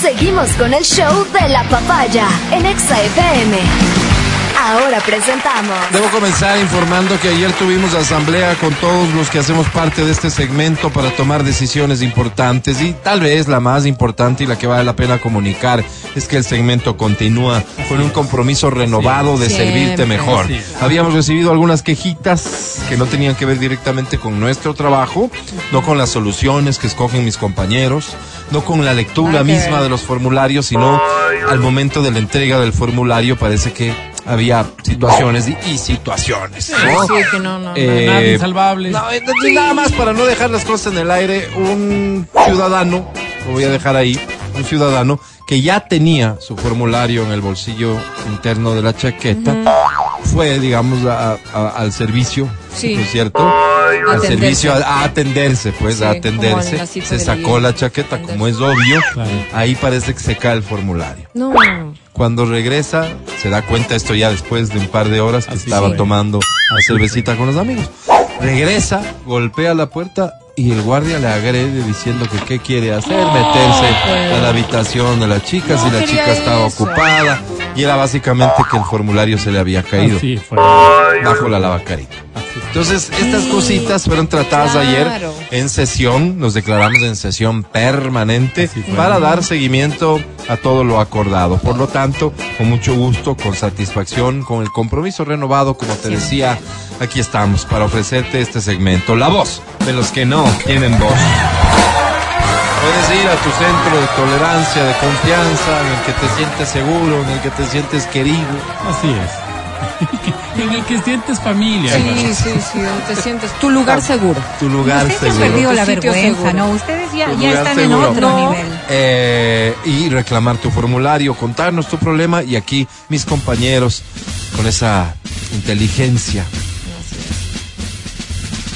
Seguimos con el show de la papaya en Exa FM. Ahora presentamos. Debo comenzar informando que ayer tuvimos asamblea con todos los que hacemos parte de este segmento para tomar decisiones importantes y tal vez la más importante y la que vale la pena comunicar es que el segmento continúa con un compromiso renovado de servirte mejor. Habíamos recibido algunas quejitas que no tenían que ver directamente con nuestro trabajo, no con las soluciones que escogen mis compañeros, no con la lectura misma de los formularios, sino al momento de la entrega del formulario parece que había situaciones y, y situaciones. ¿no? Sí, que no, no, no, Oh. Eh, nada de insalvable. No, entonces, nada más para no dejar las cosas en el aire, un ciudadano, lo voy a dejar ahí, un ciudadano que ya tenía su formulario en el bolsillo interno de la chaqueta, fue, digamos, a- a- al servicio, Sí. ¿no es cierto? Al Atenderse. servicio, a, a atenderse, pues, Sí, a como en atenderse. la cita Se de la sacó vida. la chaqueta, como es obvio, ahí parece que se cae el formulario. No. Cuando regresa, se da cuenta esto ya después de un par de horas que estaba fue. tomando una cervecita con los amigos. Regresa, golpea la puerta y el guardia le agrede diciendo que qué quiere hacer, meterse a la habitación de la chica si la pues. quería chica estaba eso. ocupada. Y era básicamente que el formulario se le había caído Sí, fue. bajo la lavacarita. Entonces, estas cositas fueron tratadas claro. ayer en sesión, nos declaramos en sesión permanente para dar seguimiento a todo lo acordado. Por lo tanto, con mucho gusto, con satisfacción, con el compromiso renovado, como te decía, aquí estamos para ofrecerte este segmento, la voz de los que no tienen voz. Puedes ir a tu centro de tolerancia, de confianza, en el que te sientes seguro, en el que te sientes querido. Así es. en el que sientes familia. hermano. Sí, sí, sí, donde te sientes. Tu lugar seguro. Tu lugar Ustedes han seguro. perdido la Tu sitio vergüenza, seguro. ¿no? Ustedes ya, Tu ya lugar están seguro. en otro No. nivel. Eh, y reclamar tu formulario, contarnos tu problema y aquí mis compañeros con esa inteligencia,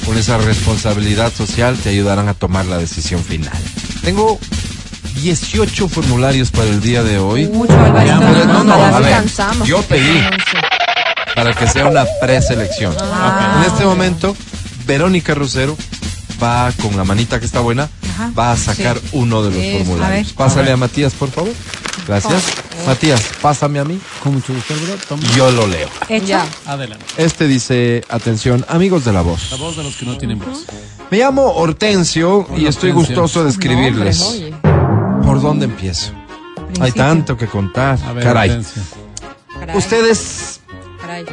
con esa responsabilidad social te ayudarán a tomar la decisión final. Tengo 18 formularios para el día de hoy. Mucho, Alvarito. Pero no, no, no, ojalá a ver, alcanzamos. yo pedí para que sea una preselección. Ah. En este momento, Verónica Rosero va con la manita que está buena, Ajá. va a sacar Sí. uno de los Eso, formularios. a ver. Pásale a Matías, por favor. Gracias. Matías, pásame a mí Con mucho gusto, Álvaro. Toma. y yo lo leo. Hecho. Ya. Adelante. Este dice, atención, amigos de la voz. La voz de los que no tienen voz. Me llamo Hortensio y estoy Hortensio. gustoso de escribirles. No, hombre, ¿Por dónde empiezo? Hay Principio. tanto que contar. A ver, Caray. Hortensio. Caray, Ustedes, caray.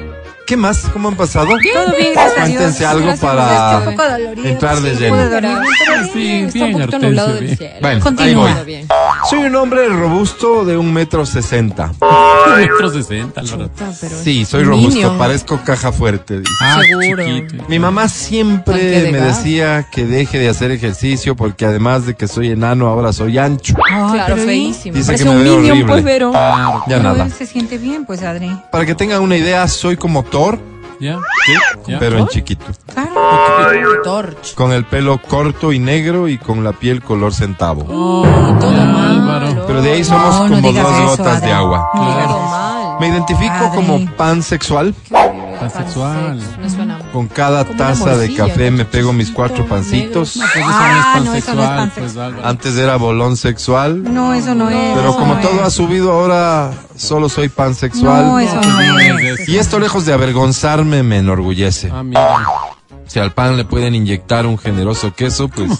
¿qué más? ¿Cómo han pasado? Todo bien, gracias a Cuéntense Dios. algo Gracias, este para Ernesto. Un poco dolorido, entrar de Un poco lleno. dormido, pero bien. Sí, Está un bien, poquito nublado Hortensio. del bien. cielo. Bueno, Continúa. ahí Todo voy. bien. Soy un hombre robusto de un metro sesenta. Metro sesenta, Álvaro. Puta, Ah, pero- Ah, Sí, soy Niño. robusto, parezco caja fuerte. dice. Ah, Seguro. chiquito. Mi mamá siempre Tanque de me gas. decía que deje de hacer ejercicio porque además de que soy enano, ahora soy ancho. Ay, Claro, pero bien. feísimo. Dice Parece que me un veo minion, horrible. pues, Vero. Claro. Ya No, nada. él se siente bien, pues, Adri. Para que tengan una idea, soy como Thor, ¿Ya? ¿Ya? pero en chiquito. Claro. Torch. Con el pelo corto y negro y con la piel color centavo. Oh, todo Ya, mal. Álvaro. Pero de ahí somos No, no como digas dos eso, gotas de Adán. agua. No digas Todo eso. mal. Me identifico Adri. como pansexual. Pansexual. Pansexual. No suena mal. Con cada Como una taza de morcilla, café me ¿no? pego mis cuatro Chiquito, pancitos. negro. Pues eso Ah, no no, es eso no es pansexual, pues, pansexual. Álvaro. Antes era bolón sexual. No, eso no es. Pero eso como no todo ha es. subido ahora, solo soy pansexual. No, eso no No, es. es Y eso. esto lejos de avergonzarme me enorgullece. Ah, mira. Si al pan le pueden inyectar un generoso queso, pues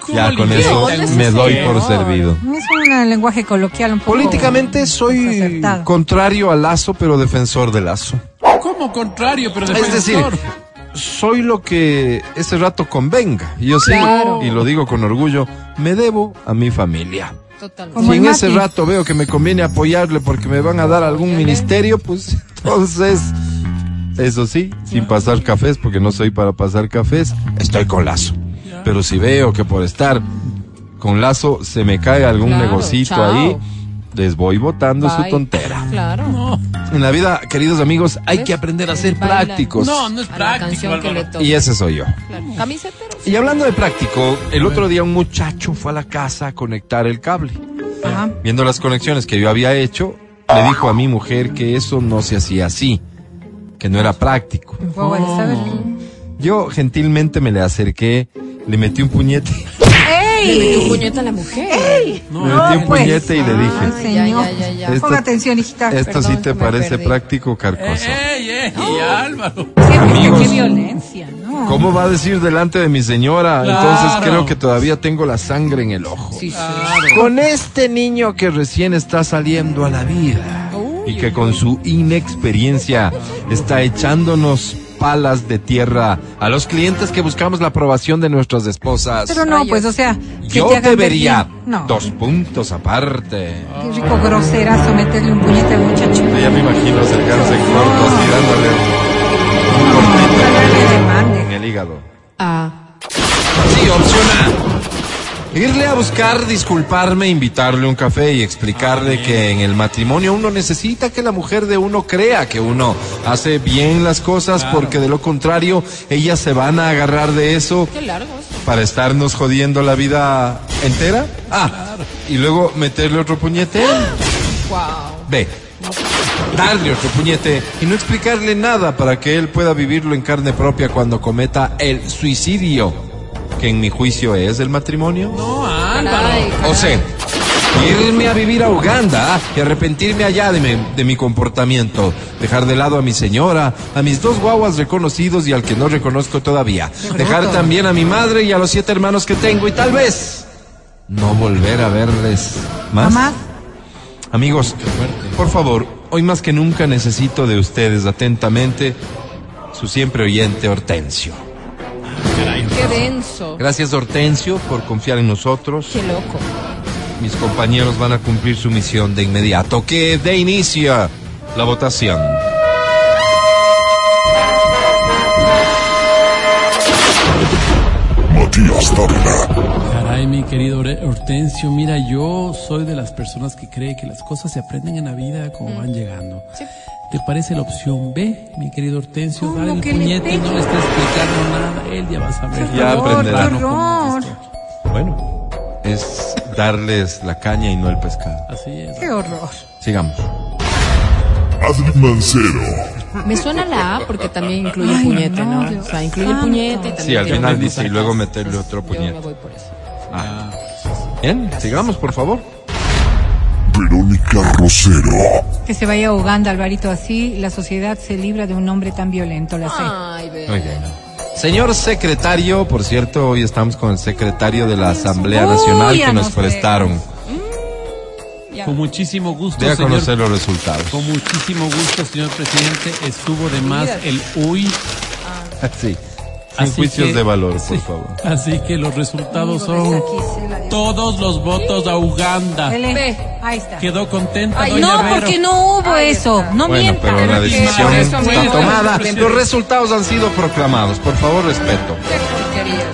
¿Cómo ya le con eso inyectan un me doy por queso? servido. No es un lenguaje coloquial un poco. Políticamente soy desacertado. contrario a Lazo, pero defensor de Lazo. Como contrario, pero Es decir, defensor. soy lo que ese rato convenga. Y yo sí, Claro. y lo digo con orgullo, me debo a mi familia. Totalmente. Como Si el en ese Mati. rato veo que me conviene apoyarle porque me van a dar algún ministerio, pues entonces, eso sí, sin pasar cafés, porque no soy para pasar cafés, estoy con Lazo. Pero si veo que por estar con Lazo se me cae algún Claro, negocito chao. ahí, les voy votando su Bye. tontera. Claro. En la vida, queridos amigos, hay que aprender a ser Baila. prácticos. No, no es A la práctico, canción que le Álvaro. toca. Y ese soy yo. Claro. Camisetero. Y hablando de práctico, el otro día un muchacho fue a la casa a conectar el cable. Ajá. viendo las conexiones que yo había hecho, le dijo a mi mujer que eso no se hacía así, que no era práctico. Guau, Adri, ¿sabes? Yo gentilmente me le acerqué, le metí un puñete Le metió un ¡Ey! puñete a la mujer. Me metí un pues. puñete y le dije. Ay, señor. ya, ya, ya, ya. Esta- Ponga atención, hijita. Esto perdón, sí te me parece perdí. práctico, Carcosa. ¿Eh? ¡Ey, ey, ey, eh, Álvaro! Sí, porque amigos. qué violencia, ¿no? ¿Cómo va a decir delante de mi señora? Claro. Entonces creo que todavía tengo la sangre en el ojo. Sí, sí. Con este niño que recién está saliendo a la vida y que con su inexperiencia está echándonos palas de tierra a los clientes que buscamos la aprobación de nuestras esposas. Pero no, Rayos. pues, o sea, que Yo te hagan debería ver bien. No. dos puntos aparte. Qué rico groserazo meterle un puñete al muchacho. Ya me imagino acercarse en corto, así dándole un cortito Ojalá le en demande. el hígado. Ah, Sí, opción A. Irle a buscar, disculparme, invitarle un café y explicarle que en el matrimonio uno necesita que la mujer de uno crea que uno hace bien las cosas porque de lo contrario ellas se van a agarrar de eso qué largos. para estarnos jodiendo la vida entera. Ah, y luego meterle otro puñete. Wow. B. Darle otro puñete y no explicarle nada para que él pueda vivirlo en carne propia cuando cometa el suicidio, que en mi juicio es el matrimonio. ¡No, Caray, Álvaro! O caray. C. Irme a vivir a Uganda y arrepentirme allá de mi, de mi comportamiento. Dejar de lado a mi señora, a mis dos guaguas reconocidos y al que no reconozco todavía. Dejar también a mi madre y a los siete hermanos que tengo y tal vez no volver a verles más. Mamá, Amigos, por favor, hoy más que nunca necesito de ustedes atentamente su siempre oyente Hortensio. Qué denso. Gracias Hortensio por confiar en nosotros. Qué loco. Mis compañeros van a cumplir su misión de inmediato. Que dé inicio la votación. Matías Dávila, Caray, mi querido Hor- Hortensio, mira, yo soy de las personas que cree que las cosas se aprenden en la vida Mm. como van llegando. Sí. ¿Te parece la opción B, mi querido Hortensio? No, Dale no, el que le puñete, no pegue. le está explicando nada, él ya va a saber. Ya Temprano aprenderá. cómo Horror. contestar. Bueno, es darles la caña y no el pescado. Así es. qué horror. Sigamos. Adri Mancero, Me suena la A porque también incluye Ay, puñete, no, ¿no? Dios O sea, incluye el santo. puñete y también. Sí, al tiene- final dice y luego meterle otro Yo me puñete. voy por eso. Bien, sigamos por favor. Verónica Rosero, Que se vaya a Uganda, Alvarito, así la sociedad se libra de un hombre tan violento, la sé. Ay, ve. Muy bien. Señor secretario, por cierto, hoy estamos con el secretario de la Asamblea Nacional Uy, ya que nos no sé. prestaron. Con muchísimo gusto, Voy a señor. conocer los resultados. Con muchísimo gusto, señor presidente. Estuvo de más el uy. Sí. Sin así juicios que- de valor, sí. por favor. Así que los resultados son todos los votos a Uganda. Ele, Ve. Ahí está. Quedó contenta Ay, doña No, Vero. porque no hubo eso. No Bueno, mientas. pero la que- decisión por eso está mismo. tomada. Sí. Los resultados han sido proclamados. Por favor, respeto. Qué porquerías.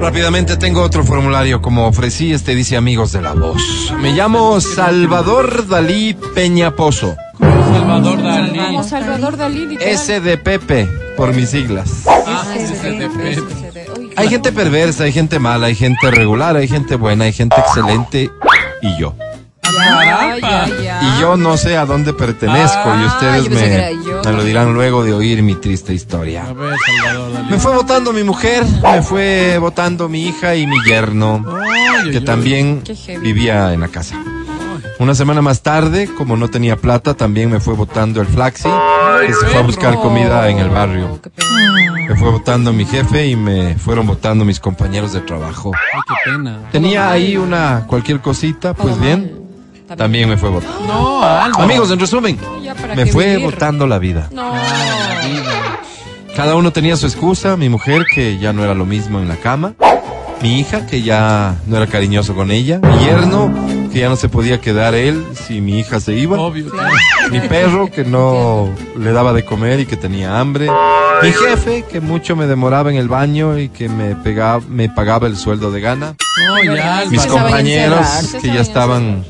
Rápidamente tengo otro formulario como ofrecí. Este dice amigos de la voz. Me llamo Salvador Dalí Peñapozo. Salvador Dalí. Como Salvador Dalí, literal. SDP por mis siglas. Ah, ese es el de Pepe. Hay gente perversa, hay gente mala, hay gente regular, hay gente buena, hay gente excelente y yo. Ay, ay, ay. Y yo no sé a dónde pertenezco y Ah, ustedes yo pensé que era me, yo. me lo dirán luego de oír mi triste A historia. ver, Salvador Dalí. Me fue votando mi mujer, me fue votando mi hija y mi yerno, Ay, que ay, también Qué heavy. vivía en la casa. Una semana más tarde, como no tenía plata, también me fue votando el flaxi, que se fue a buscar comida en el barrio. Qué pena. Me fue votando mi jefe y me fueron votando mis compañeros de trabajo. ay, qué pena. Tenía ahí una cualquier cosita, pues bien, también me fue votando. No, Álvaro. Amigos, en resumen, Ya, ¿para me qué fue vivir? votando la vida. No. Cada uno tenía su excusa, mi mujer que ya no era lo mismo en la cama, mi hija que ya no era cariñoso con ella, mi yerno que ya no se podía quedar él si mi hija se iba, Obvio. mi perro que no le daba de comer y que tenía hambre, mi jefe que mucho me demoraba en el baño y que me, pegaba, me pagaba el sueldo de gana. No, ya, Álvaro. mis Se saben compañeros encerrar. que Se ya saben estaban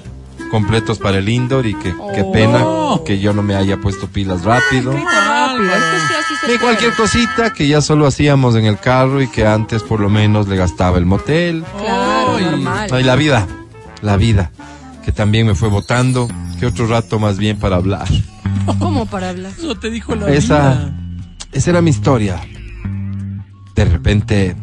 completos para el indoor y que qué pena que yo no me haya puesto pilas rápido. Rápido, Es que sí, así Ni se puede. cualquier cosita que ya solo hacíamos en el carro y que antes por lo menos le gastaba el motel. Claro, normal. Ay, la vida, la vida. que también me fue votando. ¿Qué otro rato más bien para hablar? ¿Cómo para hablar? Eso te dijo la Esa, vida. esa era mi historia. De repente,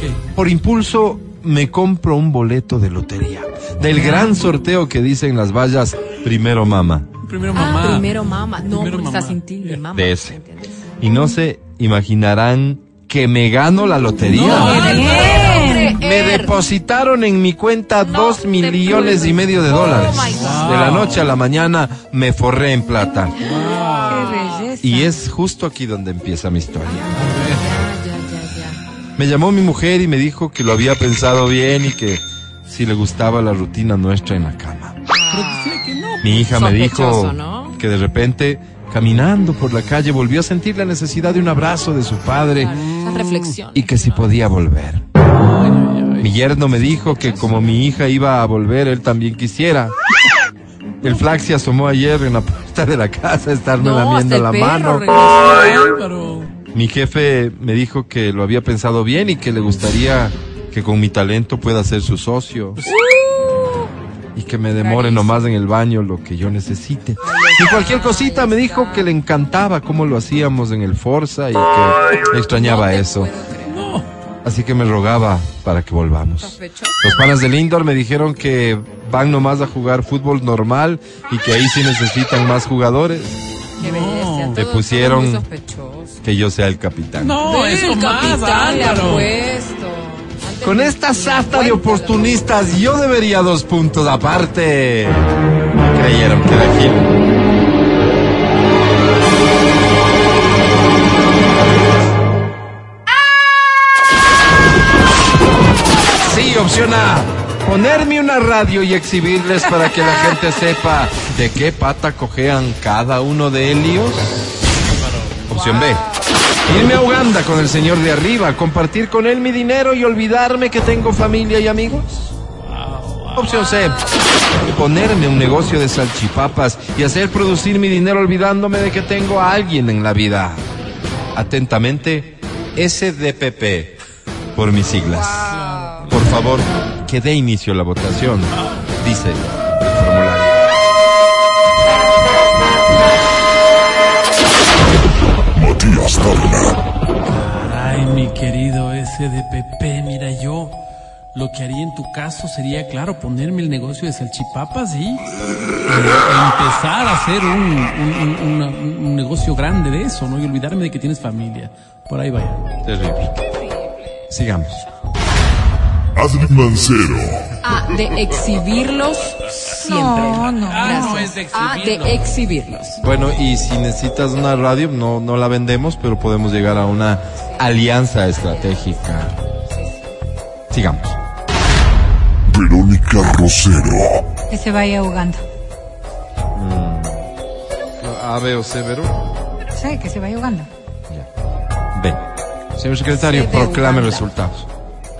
¿Qué? por impulso, me compro un boleto de lotería. Del gran sorteo que dicen las vallas, primero mamá. Primero Ah, mamá. primero mama. No, Primero porque está mamá. sin tilde, mama. De ese. ¿entiendes? Y no se imaginarán que me gano la Ah, No. lotería. ¡Qué bien! Me Er. depositaron en mi cuenta dos millones y medio de dólares. Oh, De la noche a la mañana me forré en plata. ¡Qué belleza! Ah. Y es justo aquí donde empieza mi historia. Ya, ya, ya, ya. Me llamó mi mujer y me dijo que lo había pensado bien y que si le gustaba la rutina nuestra en la cama. Pero decía que no. Mi hija me dijo Sospechoso, ¿no? que de repente, caminando por la calle, volvió a sentir la necesidad de un abrazo de su padre Esa Mm. reflexión. y que si podía volver. Mi yerno me dijo que como mi hija iba a volver, él también quisiera. El flax se asomó ayer en la puerta de la casa a estarme No, hasta lamiendo el la perro mano. regresó. Álvaro. Mi jefe me dijo que lo había pensado bien y que le gustaría que con mi talento pueda ser su socio. Y que me demore nomás en el baño lo que yo necesite. Y cualquier cosita me dijo que le encantaba cómo lo hacíamos en el Forza y que extrañaba eso. Así que me rogaba para que volvamos. Sospechoso. Los panas del indoor me dijeron que van nomás a jugar fútbol normal y que ahí sí necesitan más jugadores, Qué belleza. Te todo- pusieron- todo muy sospechoso. que yo sea el capitán. No, Del eso más, capitán le ha Álvaro. puesto. Antes Con ni- esta ni sarta de cuenta lo- oportunistas, yo debería dos puntos aparte. Creyeron que era Gil. Sí, opción A. Ponerme una radio y exhibirles para que la gente sepa de qué pata cojean cada uno de ellos. Opción B. Irme a Uganda con el señor de arriba, compartir con él mi dinero y olvidarme que tengo familia y amigos. Opción C. Ponerme un negocio de salchipapas y hacer producir mi dinero olvidándome de que tengo a alguien en la vida. Atentamente, SDPP, por mis siglas. Por favor, que dé inicio la votación, dice el formulario. Matías Tarna, Ay, mi querido SDP, mira yo. Lo que haría en tu caso sería, claro, ponerme el negocio de salchipapas y eh, empezar a hacer un, un- un- una- un negocio grande de eso, ¿no? Y olvidarme de que tienes familia. Por ahí vaya. Terrible. Sigamos. Adri Mancero, Ah, de exhibirlos siempre. No, no. Ah, no, Gracias. es de Ah, de exhibirlos. exhibirlos. Bueno, y si necesitas una radio, no, no la vendemos, pero podemos llegar a una alianza estratégica. Sigamos. Verónica Rosero, Que se vaya ahogando. A, B o C, Vero. Sí, que se vaya ahogando. B. Señor secretario, C de proclame Uganda. resultados.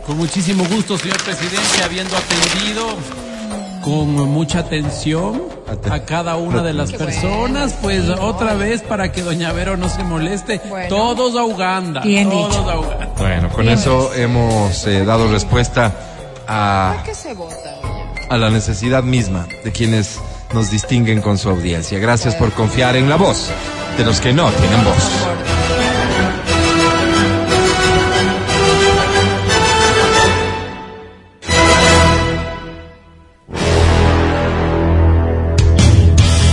Con muchísimo gusto, señor presidente, habiendo atendido con mucha atención Aten- a cada una de las personas, pues otra vez para que doña Vero no se moleste, Bueno. todos a Uganda, Bien todos dicho. a Uganda. Bueno, con eso hemos eh, dado respuesta a, ¿Qué se vota? a la necesidad misma de quienes nos distinguen con su audiencia. Gracias por confiar en la voz de los que no tienen voz.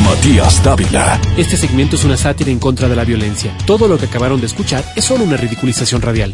Matías Dávila, Este segmento es una sátira en contra de la violencia. Todo lo que acabaron de escuchar es solo una ridiculización radial.